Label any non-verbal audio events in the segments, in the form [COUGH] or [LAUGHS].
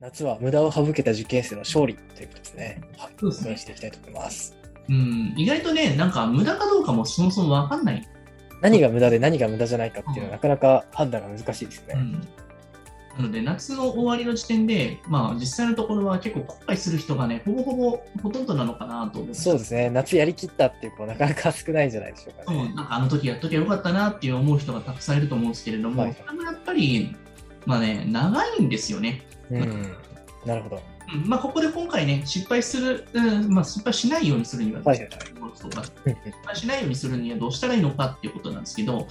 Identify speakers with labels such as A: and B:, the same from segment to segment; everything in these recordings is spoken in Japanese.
A: 夏は無駄を省けた受験生の勝利ということですね。はい。
B: そうです
A: 応
B: ね
A: 援していきたいと思います。
B: うん、意外とね、なんか無駄かどうかもそもそもわかんない。
A: 何が無駄で何が無駄じゃないかっていうのはなかなか判断が難しいです
B: う
A: ね。
B: ん。なので、夏の終わりの時点で、まあ、実際のところは結構後悔する人がね、ほぼほぼほとんどなのかなと思って
A: そうですね。夏やりきったっていう子なかなか少ないんじゃないでしょうか
B: うん
A: ね。
B: なんかあの時やっときゃよかったなっていう思う人がたくさんいると思うんですけれども、
A: はい
B: それもやっぱり、まあね、長いんですよね。
A: うん。なるほど。
B: うんまあ、ここで今回ね、失敗する、うんまあ、失敗しないようにするには、
A: はいはい
B: そうか失
A: うんうん
B: 敗しないようにするにはどうしたらいいのかっていうことなんですけど、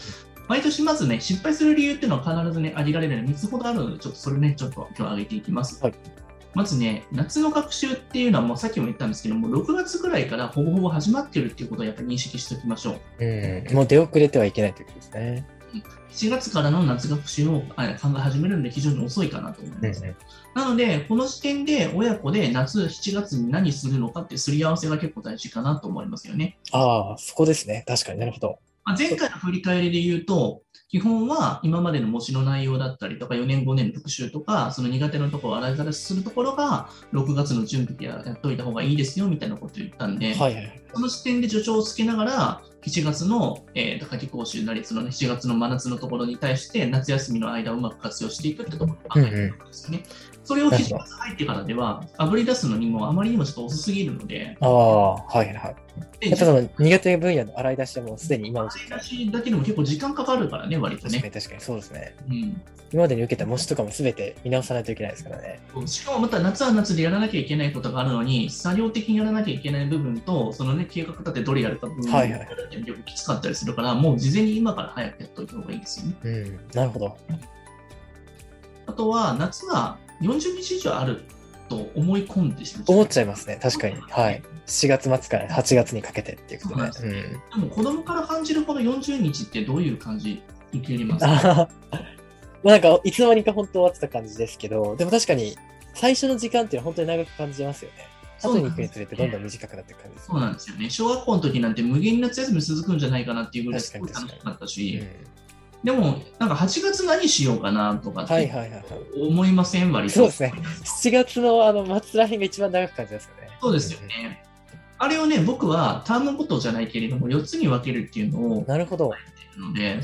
B: 毎年まずね、失敗する理由っていうのは必ずね、挙げられるの3つほどあるので、ちょっとそれね、ちょっと今日挙げていきます。
A: はい
B: まずね、夏の学習っていうのは、もうさっきも言ったんですけども、6月ぐらいからほぼほぼ始まってるっていうことをやっぱり認識しておきましょう。
A: うん。もう出遅れてはいけないということですね。
B: 7月からの夏学習をあ考え始めるので非常に遅いかなと思います。
A: うん
B: なので、この時点で親子で夏7月に何するのかってすり合わせが結構大事かなと思いますよね。
A: ああ、そこですね。確かになるほど。
B: まあ、前回の振り返りで言うと、基本は今までの模試の内容だったりとか、4年5年の復習とか、その苦手なところを洗いざらしするところが、6月の準備でややっといた方がいいですよみたいなことを言ったん
A: は
B: で、
A: いはいはい。
B: その視点で助長をつけながら、7月の、えー、と夏季講習なり、その、ね、7月の真夏のところに対して、夏休みの間をうまく活用していくってところが考えてるんですよね。それを7月入ってからでは、あぶり出すのにもあまりにもちょっと遅すぎるので、
A: ああ、はいはいはい。
B: で
A: やっぱ
B: 実
A: そ
B: 際
A: の苦手分野の洗い出しはもうすでに今の時期
B: 出しだけでも結構時間かかるからね、割と
A: 確か
B: ね。
A: に確かにそうですね。
B: うん
A: 今までに受けた模試とかも全て見直さないといけないですからね。
B: しかもまた夏は夏でやらなきゃいけないことがあるのに、作業的にやらなきゃいけない部分と、そのね、計画立てどれやるか部分
A: はいはい
B: 結構きつかったりするから、もう事前に今から早くやっといた方がいいですよね。
A: うん、なるほど。
B: あとは夏は40日以上あると思い込んでしまう。
A: 思っちゃいますね、確かに。はい。7月末から8月にかけてっていうことね。。
B: そううん
A: [LAUGHS]
B: でも子供から感じるこの40日ってどういう感じ受け入れます
A: あ
B: か
A: ははまあなんか、いつの間にか本当終わってた感じですけど、でも確かに、最初の時間っていうのは本当に長く感じますよね。
B: そう
A: 後
B: なん
A: に行く
B: です
A: につれてどんどん短くなっていく感じです
B: そうなんですよね。小学校の時なんて無限に夏休み続くんじゃないかなっていうぐらいすごい楽しかったし、
A: ね。
B: でもなんか8月何しようかなとかっ
A: うんはい
B: て
A: はいはいはい。
B: 思いません、割と。
A: そうですね。7月のあの末らへんが一番長く感じますよね。
B: そうですよね。あれをね、僕はタームごとじゃないけれども、4つに分けるっていうのを
A: うん。なるほど。
B: ので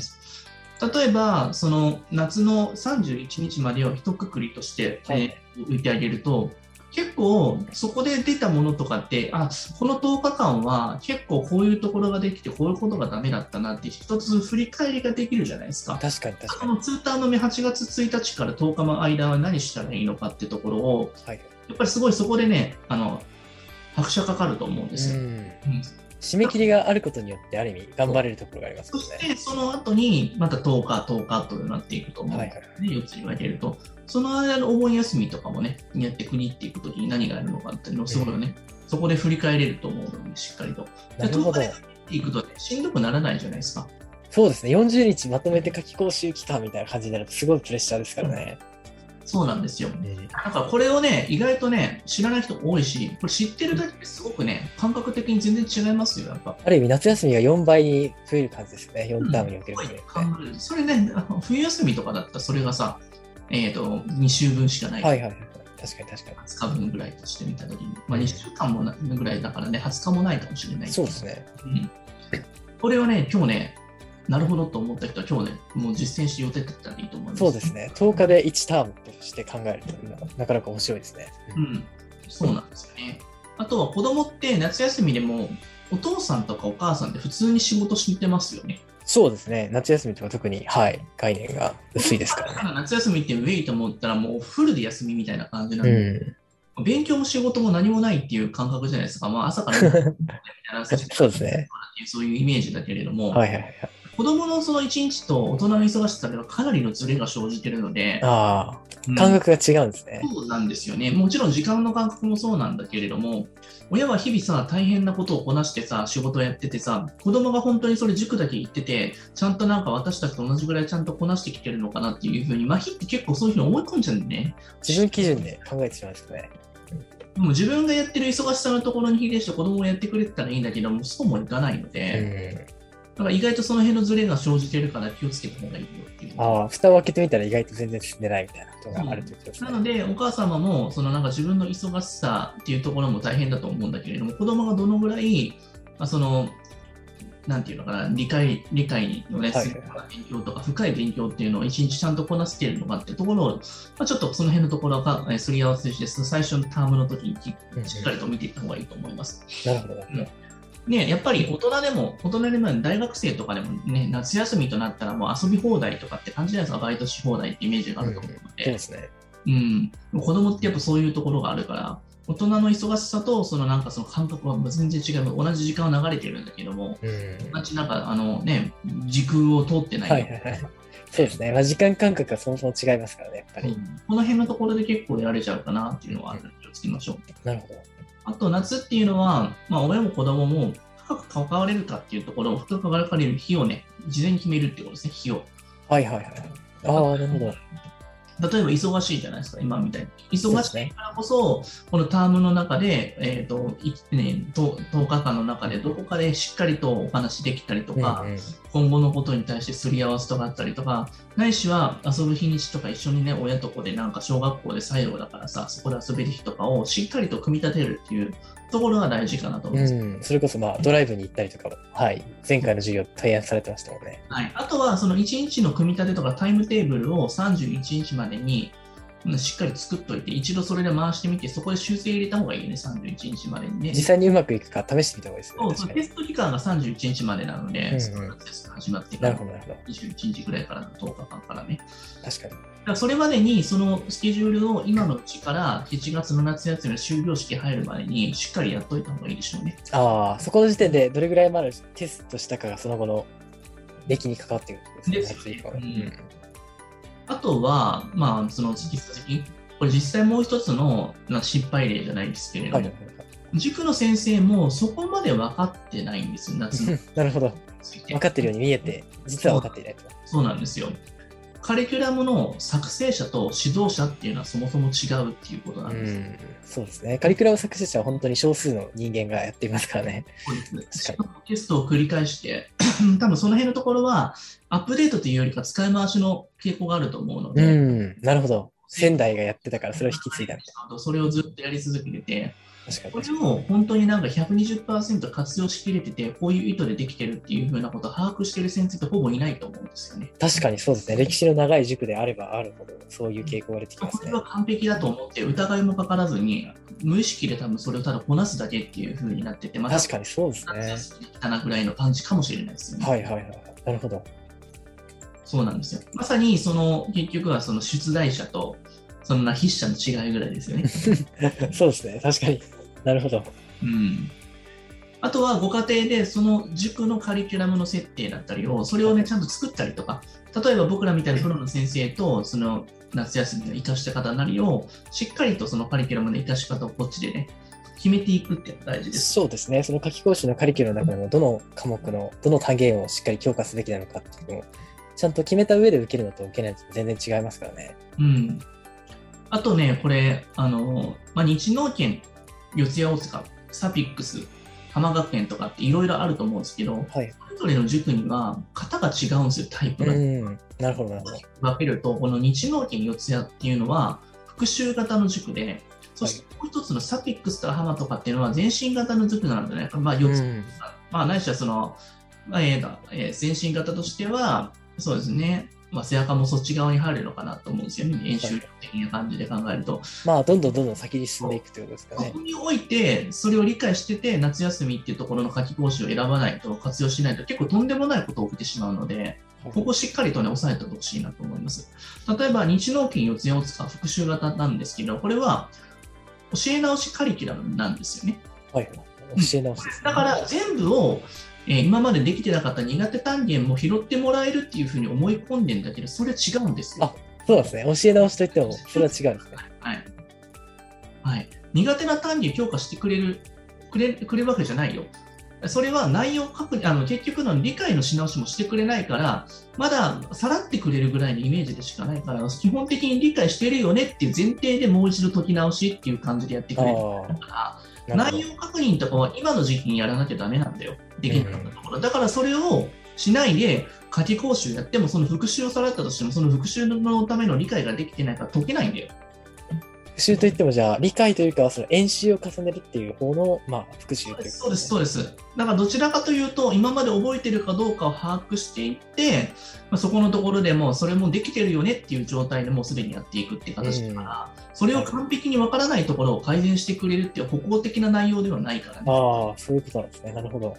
B: 例えばその夏の31日までを一括りとして、
A: はい
B: えー置いてあげると結構そこで出たものとかってあこの10日間は結構こういうところができてこういうことがダメだったなって一つ振り返りができるじゃないですか。
A: 確かに確
B: こ
A: かに。
B: のツーターの目8月1日から10日の間は何したらいいのかってところを
A: はい。
B: やっぱりすごいそこでねあの拍車かかると思うんです
A: う
B: よ。
A: ん。
B: うん
A: 締め切りがあることによって、ある意味、頑張れるところがあります
B: そ
A: もん
B: し
A: ね。
B: てその後にまた10日10日となっていくと思うん
A: はい
B: です
A: はい。
B: ね、4つに分けると、その間のお盆休みとかもね、やって国っていくときに何があるのかっていうのをすごいね、そこで振り返れると思うので、しっかりと。
A: なるほど
B: で。10日で行くとね、しんどくならないじゃないですか。
A: そうですね、40日まとめて夏期講習期間みたいな感じになると、すごいプレッシャーですからね。
B: そうなんですよ。なんかこれをね、意外とね、知らない人多いし、これ知ってるだけですごくね、感覚的に全然違いますよ、やっぱ。
A: ある意味、夏休みが4倍に増える感じですよね、4タームにおけ
B: す
A: るこ
B: ごい
A: とによって。
B: 感覚でそれね、 [LAUGHS] あの冬休みとかだったらそれがさ、えっ、と、2週分しかない。
A: はいはいはい。確かに確か
B: 20日分ぐらいとしてみたときに、まあ、2週間もなぐらいだからね、20日もないかもしれな
A: に。
B: い。
A: そうですね。
B: うんこれをね、今日ね、なるほどと思った人は、今日ね、もう実践し予定だったらいいと思います。
A: そうですね。10日で1タームとして考えるというのは、なかなか面白いですね。
B: うん、そうなんですよね。あとは子供って夏休みでも、お父さんとかお母さんって普通に仕事してますよね。
A: そうですね。夏休みとか特に、はい、概念が薄いですか
B: だ
A: ら
B: か
A: ね。
B: ら夏休みってウェイと思ったら、もうフルで休みみたいな感じなんで、
A: うん。
B: 勉強も仕事も何もないっていう感覚じゃないですか。まあ、朝
A: [LAUGHS]
B: からみたいな話して
A: そうですね。
B: そういうイメージだけれども、
A: はいはいはい。
B: 子供のその一日と大人の忙しさではかなりのズレが生じてるので、
A: あ
B: うん
A: あ、感覚が違うんですね。
B: そうなんですよね。もちろん時間の感覚もそうなんだけれども、親は日々さ、大変なことをこなしてさ、仕事をやっててさ、子供が本当にそれ塾だけ行ってて、ちゃんとなんか私たちと同じぐらいちゃんとこなしてきてるのかなっていうふうに、まあ、日って結構そういうふうに思い込んじゃうんだよね。
A: 自分基準で考えてしまうんですね。
B: でも自分がやってる忙しさのところに比例して子供をやってくれてたらいいんだけども、そうもいかないので、
A: う
B: から意外とその辺のズレが生じてるから気をつけた方がいいよっていう。
A: ああ、蓋を開けてみたら意外と全然進んでないみたいなことがあるということですね。
B: なので、お母様も、そのなんか自分の忙しさっていうところも大変だと思うんだけれども、子供がどのぐらい、まあ、その、なんていうのかな、理解、理解のね、
A: はい
B: すごい勉強とか、深い勉強っていうのを一日ちゃんとこなせているのかってところを、まあ、ちょっとその辺のところか、えーすり合わせして、その最初のタームの時にき
A: うん
B: しっかりと見ていった方がいいと思います。
A: なるほどなるほど。
B: ね、やっぱり大人でも、大人でも大学生とかでもね、夏休みとなったらもう遊び放題とかって感じじゃないですか、バイトし放題ってイメージがあると思うので。
A: そうですね。
B: うん、子供ってやっぱそういうところがあるから、大人の忙しさとそのなんかその感覚は全然違う、同じ時間を流れてるんだけども、
A: うん。
B: 同じなんかあのね、時空を通ってない、
A: はいはいはい。そうですね。まあ、時間感覚がそもそも違いますからね、やっぱ
B: う
A: り。
B: んこの辺のところで結構やられちゃうかなっていうのはあるので気をつけましょう。
A: なるほど。
B: あと夏っていうのは、まあ、親も子供も深く関われるかっていうところを深く関われる日をね、事前に決めるってことですね、日を。
A: はいはいはい。ああ、なるほど。
B: 例えば忙しいじゃないですか、今みたいに。
A: そう
B: 忙
A: で
B: しい
A: すね。
B: だからこそ、このタームの中で、えーといね、と10日間の中でどこかでしっかりとお話できたりとか、
A: うんうん
B: 今後のことに対してすり合わせとかあったりとか、ないしは遊ぶ日にちとか一緒にね、親と子でなんか小学校で作業だからさ、そこで遊べる日とかをしっかりと組み立てるっていうところが大事かなと思います。
A: うん、それこそまあドライブに行ったりとかも、はい、前回の授業提案されてましたもんね。
B: はい、あとはその1日の組み立てとかタイムテーブルを31日までにうんしっかり作っといて、一度それで回してみて、そこで修正入れた方がいいよね、31日までにね。
A: 実際にうまくいくか試してみた方がいいです
B: そう
A: ね。
B: そ
A: 確
B: う
A: か
B: テ
A: に。
B: スト期間が31日までなので、
A: うんうん
B: そのアクセスが始まってか
A: なる
B: ら
A: ほど、なるほど。
B: 21日ぐらいからの10日間からね。
A: 確かに。
B: だからそれまでに、そのスケジュールを今のうちから7月の夏休みの終業式入るまでにしっかりやっといた方がいいでしょうね。
A: ああ、そこの時点でどれぐらいまでテストしたかがその後の出来に関わってくるん
B: で
A: ですす
B: よ
A: ね。
B: ね
A: 夏以降の
B: うんあとは、まあ、その引き続き、これ実際もう一つのな失敗例じゃないですけれ
A: は
B: ど
A: いは
B: も
A: い、は
B: 塾の先生もそこまで分かってないんですよ、夏の
A: いなるほど。
B: つい
A: [LAUGHS]
B: て
A: 分。かってるように見えて、実は分かっていないと。
B: そうなんですよ。カリキュラムの作成者と指導者っていうのはそもそも違うっていうことなん
A: う
B: です。
A: ん、そうですね。カリキュラム作成者は本当に少数の人間がやっていますからね。
B: そうですねし
A: 確
B: かもテストを繰り返して、 [CLEARS THROAT] 多分その辺のところはアップデートというよりか使い回しの傾向があると思うの
A: う
B: で、
A: ん、なるほど。仙台がやってたからそれを引き継いだみたい
B: それをずっとやり続けてて、
A: な。確か
B: こ
A: に
B: れ。を本当になんか120%活用しきれてて、こういう意図でできてるっていうふうなことを把握してる先生ってほぼいないと思うんですよね。
A: 確かにそうですね。歴史の長い塾であればあるほど、そういう傾向が出てきま
B: こ
A: す
B: れ
A: ね。
B: は完璧だと思って疑いもかからずに無意識で多分それをただこなすだけっていう風になっててまた
A: 確かにそうです
B: 夏
A: ね。
B: 休みに来たなぐらいの感じかもしれないですよね。
A: はいはいはい。なるほど。 [LAUGHS]
B: そうなんですよ。まさにその結局はその出題者とそのな筆者の違いぐらいですよね。
A: そうですね。確かに。なるほど。
B: うん。あとはご家庭でその塾のカリキュラムの設定だったりをそれをねちゃんと作ったりとか例えば僕らみたいなプロの先生とその夏休みの生かし方なりをしっかりとそのカリキュラムの生かし方をこっちでね決めていくっていうのが大事です。
A: そうですね。その夏期講習のカリキュラムの中でも、どの科目の、どの単元をしっかり強化すべきなのかっていうのを、ちゃんと決めた上で受けるのと受けないのと全然違いますからね。
B: うん。あとね、これ、あの、まあ、日農研、四谷大塚、サピックス、浜学園とかっていろいろあると思うんですけど、
A: はい。
B: それぞれの塾には型が違うんですよ、タイプが。
A: うん。なるほど、なるほど。
B: 分けると、この日農研四谷っていうのは、復習型の塾で、そしてもう一つのサピックスとか浜とかっていうのは、全身型の塾なんでね、まあ、四つ
A: うん
B: まあ、ないしはその、まあえーだえー先進型としては、そうですね、まあ、背中もそっち側に入るのかなと思うんですよね、演習量的な感じで考えると。
A: まあ、どんどんどんどん先に進んでいくということですか
B: そ
A: ね
B: こ。において、それを理解してて、夏休みっていうところの夏期講習を選ばないと、活用しないと、結構とんでもないこと起きてしまうので、
A: はい
B: ここしっかりとね、抑えてほしいなと思います。例えば、日農研四谷大塚復習型なんですけど、これは、教え直しカリキュラムなんですよね。
A: はい。教え直しです、ね。
B: だから全部を、えー今までできてなかった苦手単元も拾ってもらえるっていうふうに思い込んでんだけど、それ違うんですよ。
A: そうですね。教え直しといっても、それは違うんですね。
B: はいはい、苦手な単元強化してくれるくれくれるわけじゃないよ。それは内容確認あの結局の理解のし直しもしてくれないから、まださらってくれるぐらいのイメージでしかないから、基本的に理解してるよねっていう前提でもう一度解き直しっていう感じでやってくれるから、
A: ああ。なる
B: 内
A: ほど
B: 容確認とかは今の時期にやらなきゃダメなんだよ。できなかったところ。だからそれをしないで、夏季講習やっても、その復習をさらったとしても、その復習のための理解ができてないから解けないんだよ。
A: 復習といっても、じゃあ、理解というか、その演習を重ねるっていう方の、まあ、復習というか、
B: そうです、そうです。だからどちらかというと、今まで覚えてるかどうかを把握していって、まあ、そこのところでもうそれもできてるよねっていう状態でもうすでにやっていくっていう形だから、それを完璧にわからないところを改善してくれるっていう歩行的な内容ではないからね。
A: ああ、そういうことなんですね。なるほど。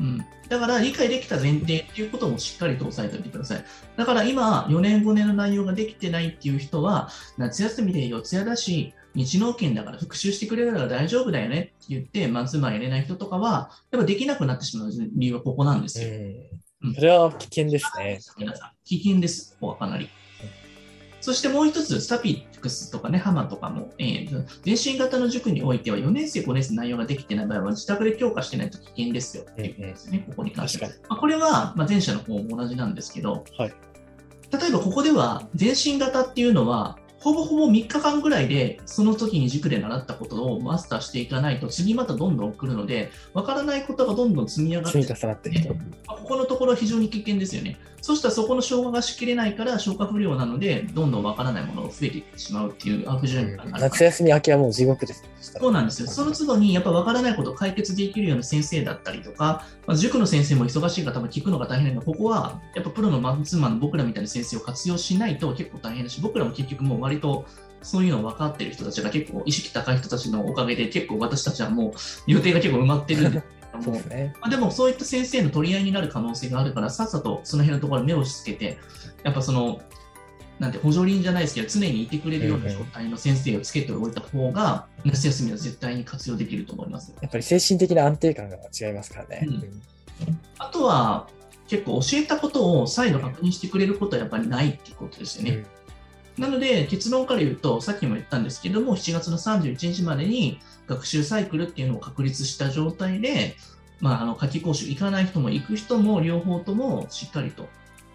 B: うん、だから理解できた前提っていうこともしっかりと押さえておいてください。だから今、4年、5年の内容ができてないっていう人は、夏休みで四谷だし、日納勤だから復習してくれるから大丈夫だよねって言って、マンツーマンやれない人とかは、やっぱできなくなってしまう理由はここなんですよ。
A: うん。それは危険ですね。
B: 皆さん、危険です、ここはかなり。そしてもう一つ、スタピックスとかね、ハマとかも、えー全身型の塾においては、4年生、5年生の内容ができてない場合は、自宅で強化してないと危険ですよっていうことですね、ここに関して
A: 確
B: は
A: か。
B: まあ、これは、まあ、前者の方も同じなんですけど、
A: はい
B: 例えばここでは全身型っていうのはほぼほぼ3日間ぐらいでその時に塾で習ったことをマスターしていかないと次またどんどん来るのでわからないことがどんどん積み上が
A: に
B: っ
A: 積
B: て
A: み重なっていくと。
B: まあここのところは非常に危険ですよね。そしたらそこの消化がしきれないから消化不良なのでどんどんわからないものが増えていってしまうっていう悪
A: う
B: 循
A: ん
B: 環になる。
A: 夏休み明けはもう地獄ですね。したら
B: そうなんですよ。その都度にやっぱ分からないことを解決できるような先生だったりとか、まあ、塾の先生も忙しいから多分聞くのが大変なので、ここはやっぱプロのマンツーマンの僕らみたいな先生を活用しないと結構大変だし、僕らも結局もう割とそういうのを分かってる人たちが結構意識高い人たちのおかげで結構私たちはもう予定が結構埋まって
A: [LAUGHS]
B: るんですけど
A: そう
B: も
A: で。すね。
B: まあ、でもそういった先生の取り合いになる可能性があるからさっさとその辺のところに目をつけてやっぱそのなんて補助輪じゃないですけど常にいてくれるような状態の先生をつけておいた方が夏休みは絶対に活用できると思います。
A: やっぱり精神的な安定感が違いますからね。
B: うん
A: うん
B: あとは結構教えたことを再度確認してくれることはやっぱりないっていうことですよね。なので結論から言うとさっきも言ったんですけども7月の31日までに学習サイクルっていうのを確立した状態で、まあ、あの夏季講習行かない人も行く人も両方ともしっかりと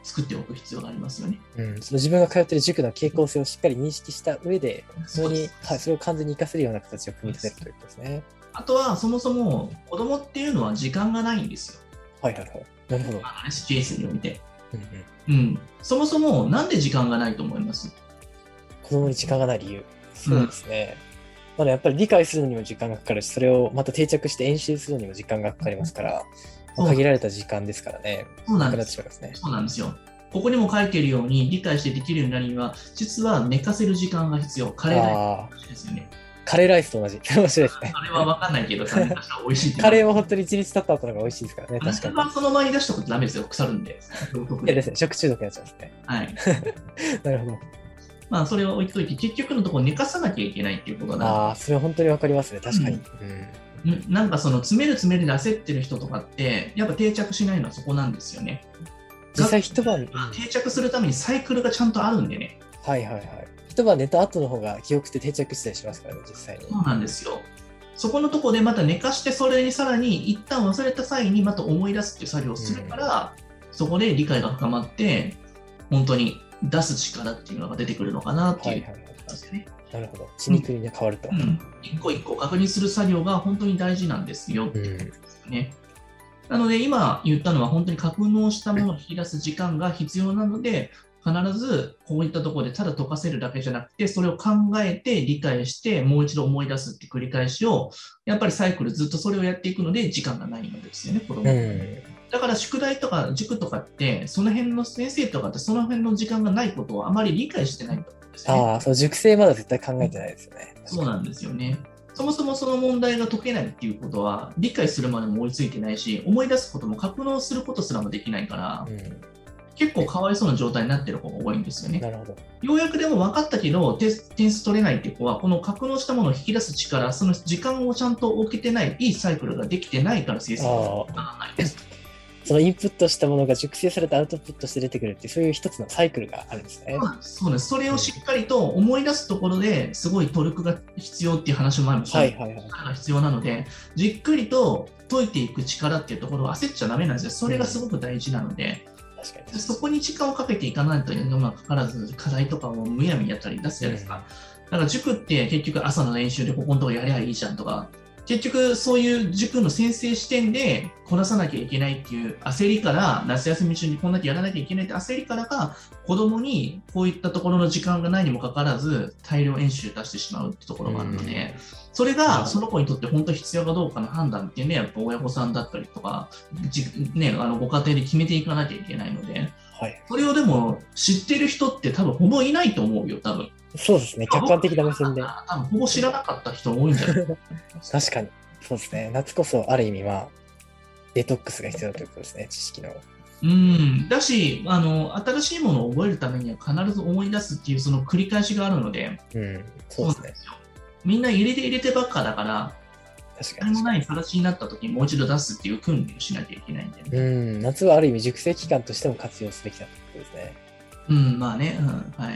B: 作っておく必要がありますよね。
A: うん、その自分が通ってる塾の傾向性をしっかり認識した上で、それに、はい、それを完全に活かせるような形を組み立てるということですね。
B: あとはそもそも子供っていうのは時間がないんですよ。
A: はいはいはい。なるほど。
B: あの SGS において。
A: うんうん、
B: うん。そもそもなんで時間がないと思います
A: 子供に時間がない理由。そうですね。まだやっぱり理解するのにも時間がかかるし、それをまた定着して演習するのにも時間がかかりますから、まあ限られた時間ですからね、
B: そうな
A: なんく
B: で
A: なっ
B: す
A: てしまいますね。
B: そうなんですよ。ここにも書いてるように理解してできるようになるには実は寝かせる時間が必要。カレーライ
A: ああ、
B: スですよね。
A: カレーライスと同じ。 [LAUGHS] 面白いですね。
B: あれは分かんないけど、食べたら美味しいって。
A: カレー
B: ー
A: は本当に一日経った後の方が美味しいですからね、確かに。
B: はその前に出したことダメですよ、腐るんで。
A: いやですね、食中毒になっちゃいますね。
B: はい。
A: なるほど。
B: まあ、それを置いといて、結局のところ寝かさなきゃいけないっていうことな
A: ああ、それは本当にわかりますね、確かに。うん
B: んで、なんかその詰める詰めるで焦ってる人とかって、やっぱ定着しないのはそこなんですよね。
A: 実際一晩、うん
B: まあ定着するためにサイクルがちゃんとあるんでね。
A: はいはいはい。一晩寝た後の方が記憶って定着したりしますからね、実際に。
B: そうなんですよ。そこのとこでまた寝かして、それにさらに一旦忘れた際にまた思い出すっていう作業をするから、そこで理解が深まって、本当に出す力っていうのが出てくるのかなって
A: はいいうはいはい。
B: ことですよね。
A: なるほど。血肉に変わると。
B: うん、一個一個確認する作業が本当に大事なんですよ、
A: うん。
B: ね。なので今言ったのは本当に格納したものを引き出す時間が必要なので必ずこういったところでただ溶かせるだけじゃなくてそれを考えて理解してもう一度思い出すって繰り返しをやっぱりサイクルずっとそれをやっていくので時間がないのですよね子
A: う
B: 供、
A: ん。
B: だから宿題とか塾とかってその辺の先生とかってその辺の時間がないことをあまり理解してないと思うんですよね。
A: ああ、そう、熟成まだ絶対考えてないですよね。
B: そうなんですよね。そもそもその問題が解けないっていうことは理解するまでも追いついてないし思い出すことも格納することすらもできないから
A: う
B: 結構かわいそうな状態になってる子が多いんですよ
A: ん。
B: ね。
A: なるほど。
B: ようやくでも分かったけどテス点数取れないっていう子はこの格納したものを引き出す力その時間をちゃんと置けてないいいサイクルができてないから成績が上がらないです。
A: そのインプットしたものが熟成されてアウトプットして出てくるっていう、そういう一つのサイクルがあるんですね。
B: そうなんですそうなんですそれをしっかりと思い出すところですごいトルクが必要っていう話も前もしたん
A: は
B: ですけど
A: いはいはい。
B: 力が必要なので、じっくりと解いていく力っていうところを焦っちゃダメなんですよ。それがすごく大事なので、
A: 確かに。
B: そこに時間をかけていかないというのがかからず、課題とかをむやみやったり出すじゃないですか。だから塾って結局朝の練習でここのとこやりゃいいじゃんとか、結局そういう塾の先生視点でこなさなきゃいけないっていう焦りから夏休み中にこんだけやらなきゃいけないって焦りからが子供にこういったところの時間がないにもかかわらず大量演習出してしまうってところがあるので、それがその子にとって本当必要かどうかの判断っていうねやっぱ親御さんだったりとかじ、ね、あのご家庭で決めていかなきゃいけないので
A: はい。
B: それをでも知ってる人って多分ほぼいないと思うよ多分
A: そうですね。客観的な目線で。
B: 多分ほぼ知らなかった人多いんじゃない
A: [LAUGHS] 確かに。そうですね。夏こそある意味は、デトックスが必要だということですね。知識の。
B: うんだしあの新しいものを覚えるためには必ず思い出すっていうその繰り返しがあるので
A: うん。そうですね。
B: みんな入れて入れてばっかだから
A: 確か
B: 何
A: に
B: も。ない形になった時にもう一度出すっていう訓練をしなきゃいけないんで、ね、
A: うん。夏はある意味、熟成期間としても活用すべきだということですね。
B: うんまあね、うん、はい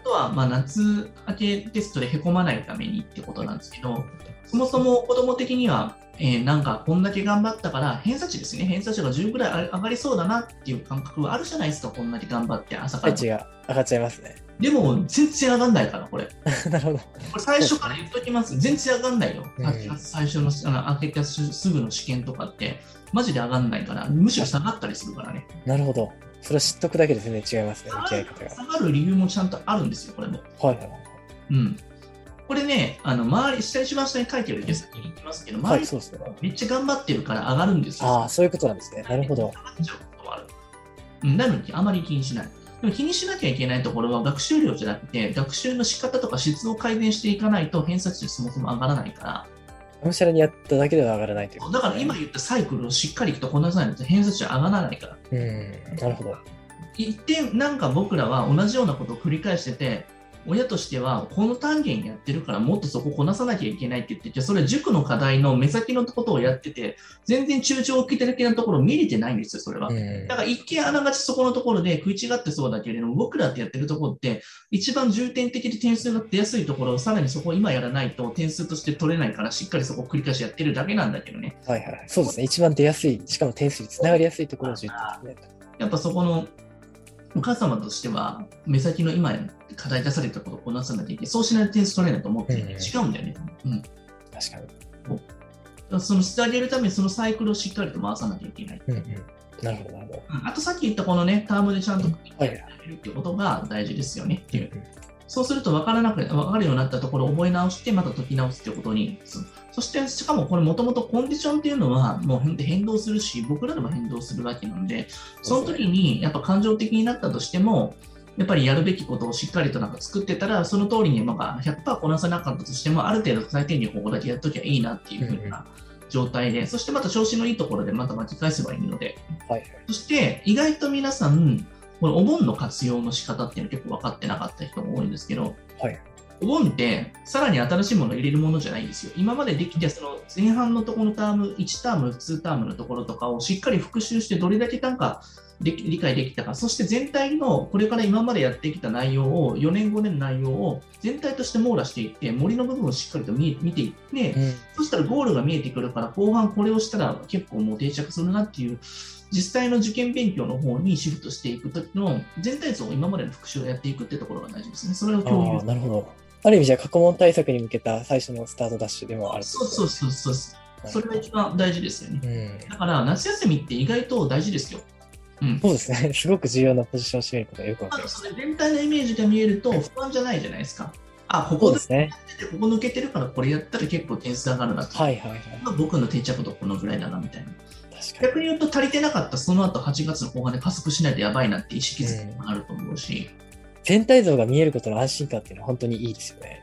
B: あとはまあ夏明けテストでへこまないためにってことなんですけどそもそも子供的には、えーなんかこんだけ頑張ったから偏差値ですね偏差値が10ぐらい上がりそうだなっていう感覚はあるじゃないですかこんだけ頑張って朝か
A: 価
B: ら
A: 値が上がっちゃいますね。 [LAUGHS]
B: でも全然上がんないからこれ
A: なるほど。
B: これ最初から言っときます、全然上がんないよ、
A: うん
B: 最初のあの開けたすぐの試験とかって、マジで上がんないから、むしろ下がったりするからね、
A: なるほど。それは知っとくだけで全然違いますね。向き合い方が。
B: 下がる理由もちゃんとあるんですよ、これも。
A: はいはいはい。
B: うん、これね、あの周り、下一番下に書いてあるんで、先に言きますけど、
A: は
B: 周
A: い、
B: り、
A: そうですね。
B: めっちゃ頑張ってるから上がるんですよ。
A: ああ、そういうことなんですね。なるほど。
B: 下がっちゃうことはある。うん、なのに、あまり気にしない。でも気にしなきゃいけないところは学習量じゃなくて、学習の仕方とか質を改善していかないと偏差値そもそも上がらないから、
A: がむしゃらにやっただけでは上がらないということ
B: だから今言ったサイクルをしっかりとこなさないと偏差値は上がらないから。
A: うん。なるほど。
B: 一点なんか僕らは同じようなことを繰り返してて、親としてはこの単元やってるからもっとそここなさなきゃいけないって言ってて、それは塾の課題の目先のことをやってて、全然中長期的なところ見れてないんですよ、それは
A: う。ん
B: だ。から一見あながちそこのところで食い違ってそうだけれども、僕らってやってるところって、一番重点的で点数が出やすいところをさらにそこを今やらないと点数として取れないから、しっかりそこを繰り返しやってるだけなんだけどね。
A: はいはいはい。そうですね。一番出やすい、しかも点数につながりやすいところを重点ですね。
B: やっぱそこのお母様としては、目先の今課題出されたことをこなさなきゃいけない。そうしないと点数取れないと思って
A: う
B: る、
A: ん
B: 違うんだよね。うん。だか
A: 確かに。
B: らそのしてあげるためにそのサイクルをしっかりと回さなきゃいけない。
A: うんうん。なるほど、なるほど。
B: うんあとさっき言ったこのね、タームでちゃんと区切って
A: はい
B: あげるっていうことが大事ですよねっていう。
A: うん
B: そうすると分からなく分かるようになったところを覚え直して、また解き直すということに、そそして、しかもこれ、もともとコンディションっていうのは、もう変変動するし、僕らでも変動するわけなので、その時にやっぱ感情的になったとしても、やっぱりやるべきことをしっかりとなんか作ってたら、その通りになんか100%こなせなかったとしても、ある程度最低限ここだけやっときゃいいなっていう風な状態で、そしてまた調子のいいところでまた巻き返せばいいので、
A: はいはい。
B: そして意外と皆さん、このお盆の活用の仕方っていうの結構分かってなかった人も多いんですけど、
A: はい
B: お盆ってさらに新しいものを入れるものじゃないんですよ。今までできて、その前半のところのターム、1ターム、2タームのところとかをしっかり復習して、どれだけなんかでき理解できたか、そして全体のこれから今までやってきた内容を、4年、5年の内容を全体として網羅していって、森の部分をしっかりと見見ていって、
A: うん
B: そしたらゴールが見えてくるから、後半これをしたら結構もう定着するなっていう、実際の受験勉強の方にシフトしていく時の全体像を今までの復習をやっていくってところが大事ですね。それを共
A: ああ、
B: 有。
A: なるほど。ある意味じゃあ過去問対策に向けた最初のスタートダッシュでもある
B: そうそうそうそう。それが
A: う
B: 一番大事ですよね。
A: ん。
B: だから夏休みって意外と大事ですよ。うん。
A: そうですね。 [LAUGHS] すごく重要なポジションを占めることがよくわか
B: ま
A: り
B: あ
A: ます。
B: それ全体のイメージが見えると不安じゃないじゃないですか。あ、こ
A: そ
B: こ
A: う
B: だ
A: ですね。
B: ってここ抜けてるからこれやったら結構点数上がるなと。
A: はいはいはい。
B: 僕の定着度このぐらいだなみたいな。
A: 確かに。
B: 逆に言うと足りてなかったその後8月の後半で加速しないとやばいなって意識づけもあると思うし、
A: 全体像が見えることの安心感っていうのは本当にいいですよね。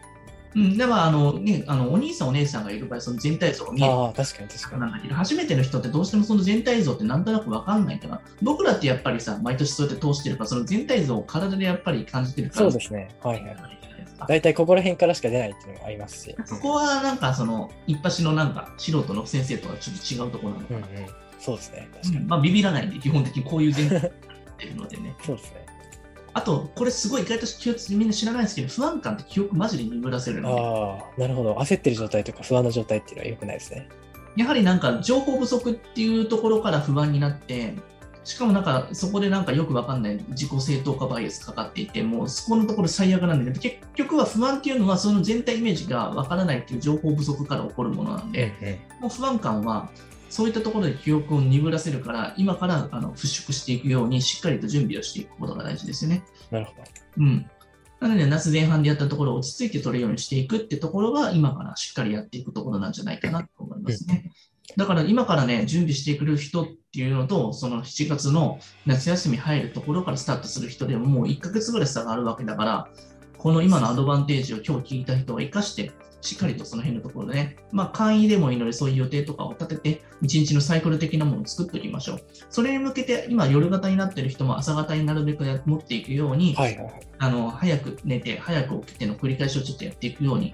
B: うん、だからあの、ね、あのお兄さんお姉さんがいる場合その全体像が見える。
A: ああ、確かに確かに。
B: なんだけど初めての人ってどうしてもその全体像ってなんとなく分かんないから僕らってやっぱりさ毎年そうやって通してるからその全体像を体でやっぱり感じてるか
A: そ
B: ら
A: うですね。はいはい。
B: じゃないですか
A: 大体ここら辺からしか出ないっていうのもありますし。
B: そこはなんかその一発のなんか素人の先生とはちょっと違うところな
A: う
B: のか
A: んう
B: な、
A: ん。そうですね。確か
B: うん
A: に。
B: まあビビらないんで基本的にこういう全体になってるのでね
A: そうですね。
B: あと、これすごい意外と記憶みんな知らないんですけど、不安感って記憶マジで眠らせるので、
A: ああ、なるほど。焦ってる状態とか不安な状態っていうのは良くないですね。
B: やはりなんか情報不足っていうところから不安になって、しかもなんかそこでなんかよくわかんない自己正当化バイアスかかっていてもうそこのところ最悪なんだけど結局は不安っていうのはその全体イメージがわからないっていう情報不足から起こるものなんで、もう不安感はそういったところで記憶を鈍らせるから今からあの払拭していくようにしっかりと準備をしていくことが大事ですよね。
A: なるほど。
B: うん、なので夏前半でやったところを落ち着いて取るようにしていくってところが今からしっかりやっていくところなんじゃないかなと思いますね。だから今からね、準備してくる人っていうのと、その7月の夏休み入るところからスタートする人でももう1ヶ月ぐらい差があるわけだから、この今のアドバンテージを今日聞いた人を生かして、しっかりとその辺のところでね、まあ簡易でもいいのでそういう予定とかを立てて、1日のサイクル的なものを作っておきましょう。それに向けて今夜型になってる人も朝型になるべく持っていくように、
A: はいはいはい。
B: あの早く寝て、早く起きての繰り返しをちょっとやっていくように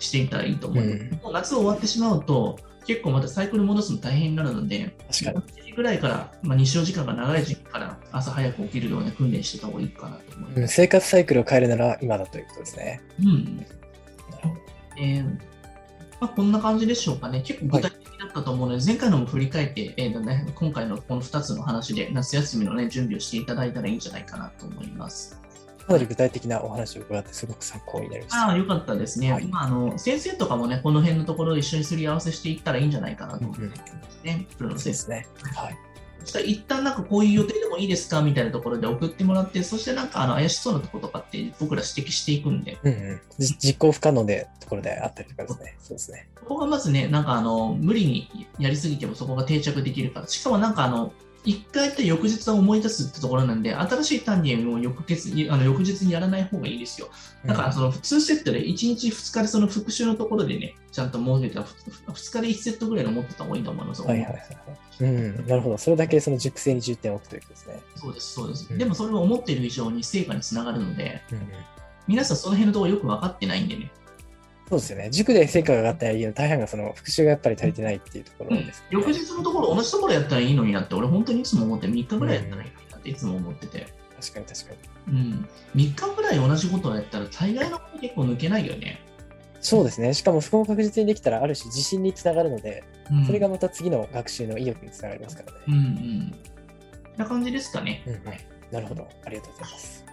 B: していったらいいと思います。
A: うん
B: もう夏終わってしまうと、結構またサイクル戻すの大変になるので、
A: 確かに。
B: 8時ぐらいから、まあ、日照時間が長い時期から朝早く起きるような訓練してた方がいいかなと思います。
A: うん生活サイクルを変えるなら今だということですね。
B: うん
A: なるほど
B: えーまあ、こんな感じでしょうかね。結構具体的だったと思うので、前回のも振り返って、えーとね、今回のこの2つの話で夏休みの、ね、準備をしていただいたらいいんじゃないかなと思います。
A: かなり具体的なお話を伺ってすごく参考になりました。
B: ああ、よかったですね。
A: はい
B: まあ、あの先生とかもね、この辺のところを一緒にすり合わせしていったらいいんじゃないかなと思いますね、プロの
A: そう
B: 先
A: で
B: 生。
A: すね。はい。
B: そしたら一旦なんかこういう予定でもいいですかみたいなところで送ってもらって、そしてなんかあの怪しそうなところとかって僕ら指摘していくんで、
A: うんうん、じ実行不可能でところであったりとかですね。そうですね。
B: ここがまずね、なんかあの無理にやりすぎてもそこが定着できるから、しかもなんかあの、一回やって翌日は思い出すってところなんで、新しい単元を翌月にあの翌日にやらない方がいいですよ。だからその普通セットで1日2日でその復習のところでね、ちゃんと設けた2日で1セットぐらいの持ってた方がいいと思います。
A: はいはいはい。うん、なるほど。それだけその熟成に重点を置くということですね。
B: そうです、そうです。
A: うん
B: でもそれを思っている以上に成果につながるので、
A: うんうん、
B: 皆さんその辺のところよく分かってないんでね、
A: そうですよね。塾で成果が上がった理由の大半がその復習がやっぱり足りてないっていうところです、ね
B: 翌日のところ同じところやったらいいのになって、俺本当にいつも思って3日ぐらいやったらいいのになっていつも思ってて、
A: 確かに確かに。
B: うん、3日ぐらい同じことをやったら大概のこと結構抜けないよね。
A: そうですね。しかもそこを確実にできたらある種自信につながるので、
B: うん
A: それがまた次の学習の意欲につながりますから
B: うん
A: ね。
B: うん。な感じですかね。
A: うんうん、なるほど。ありがとうございます。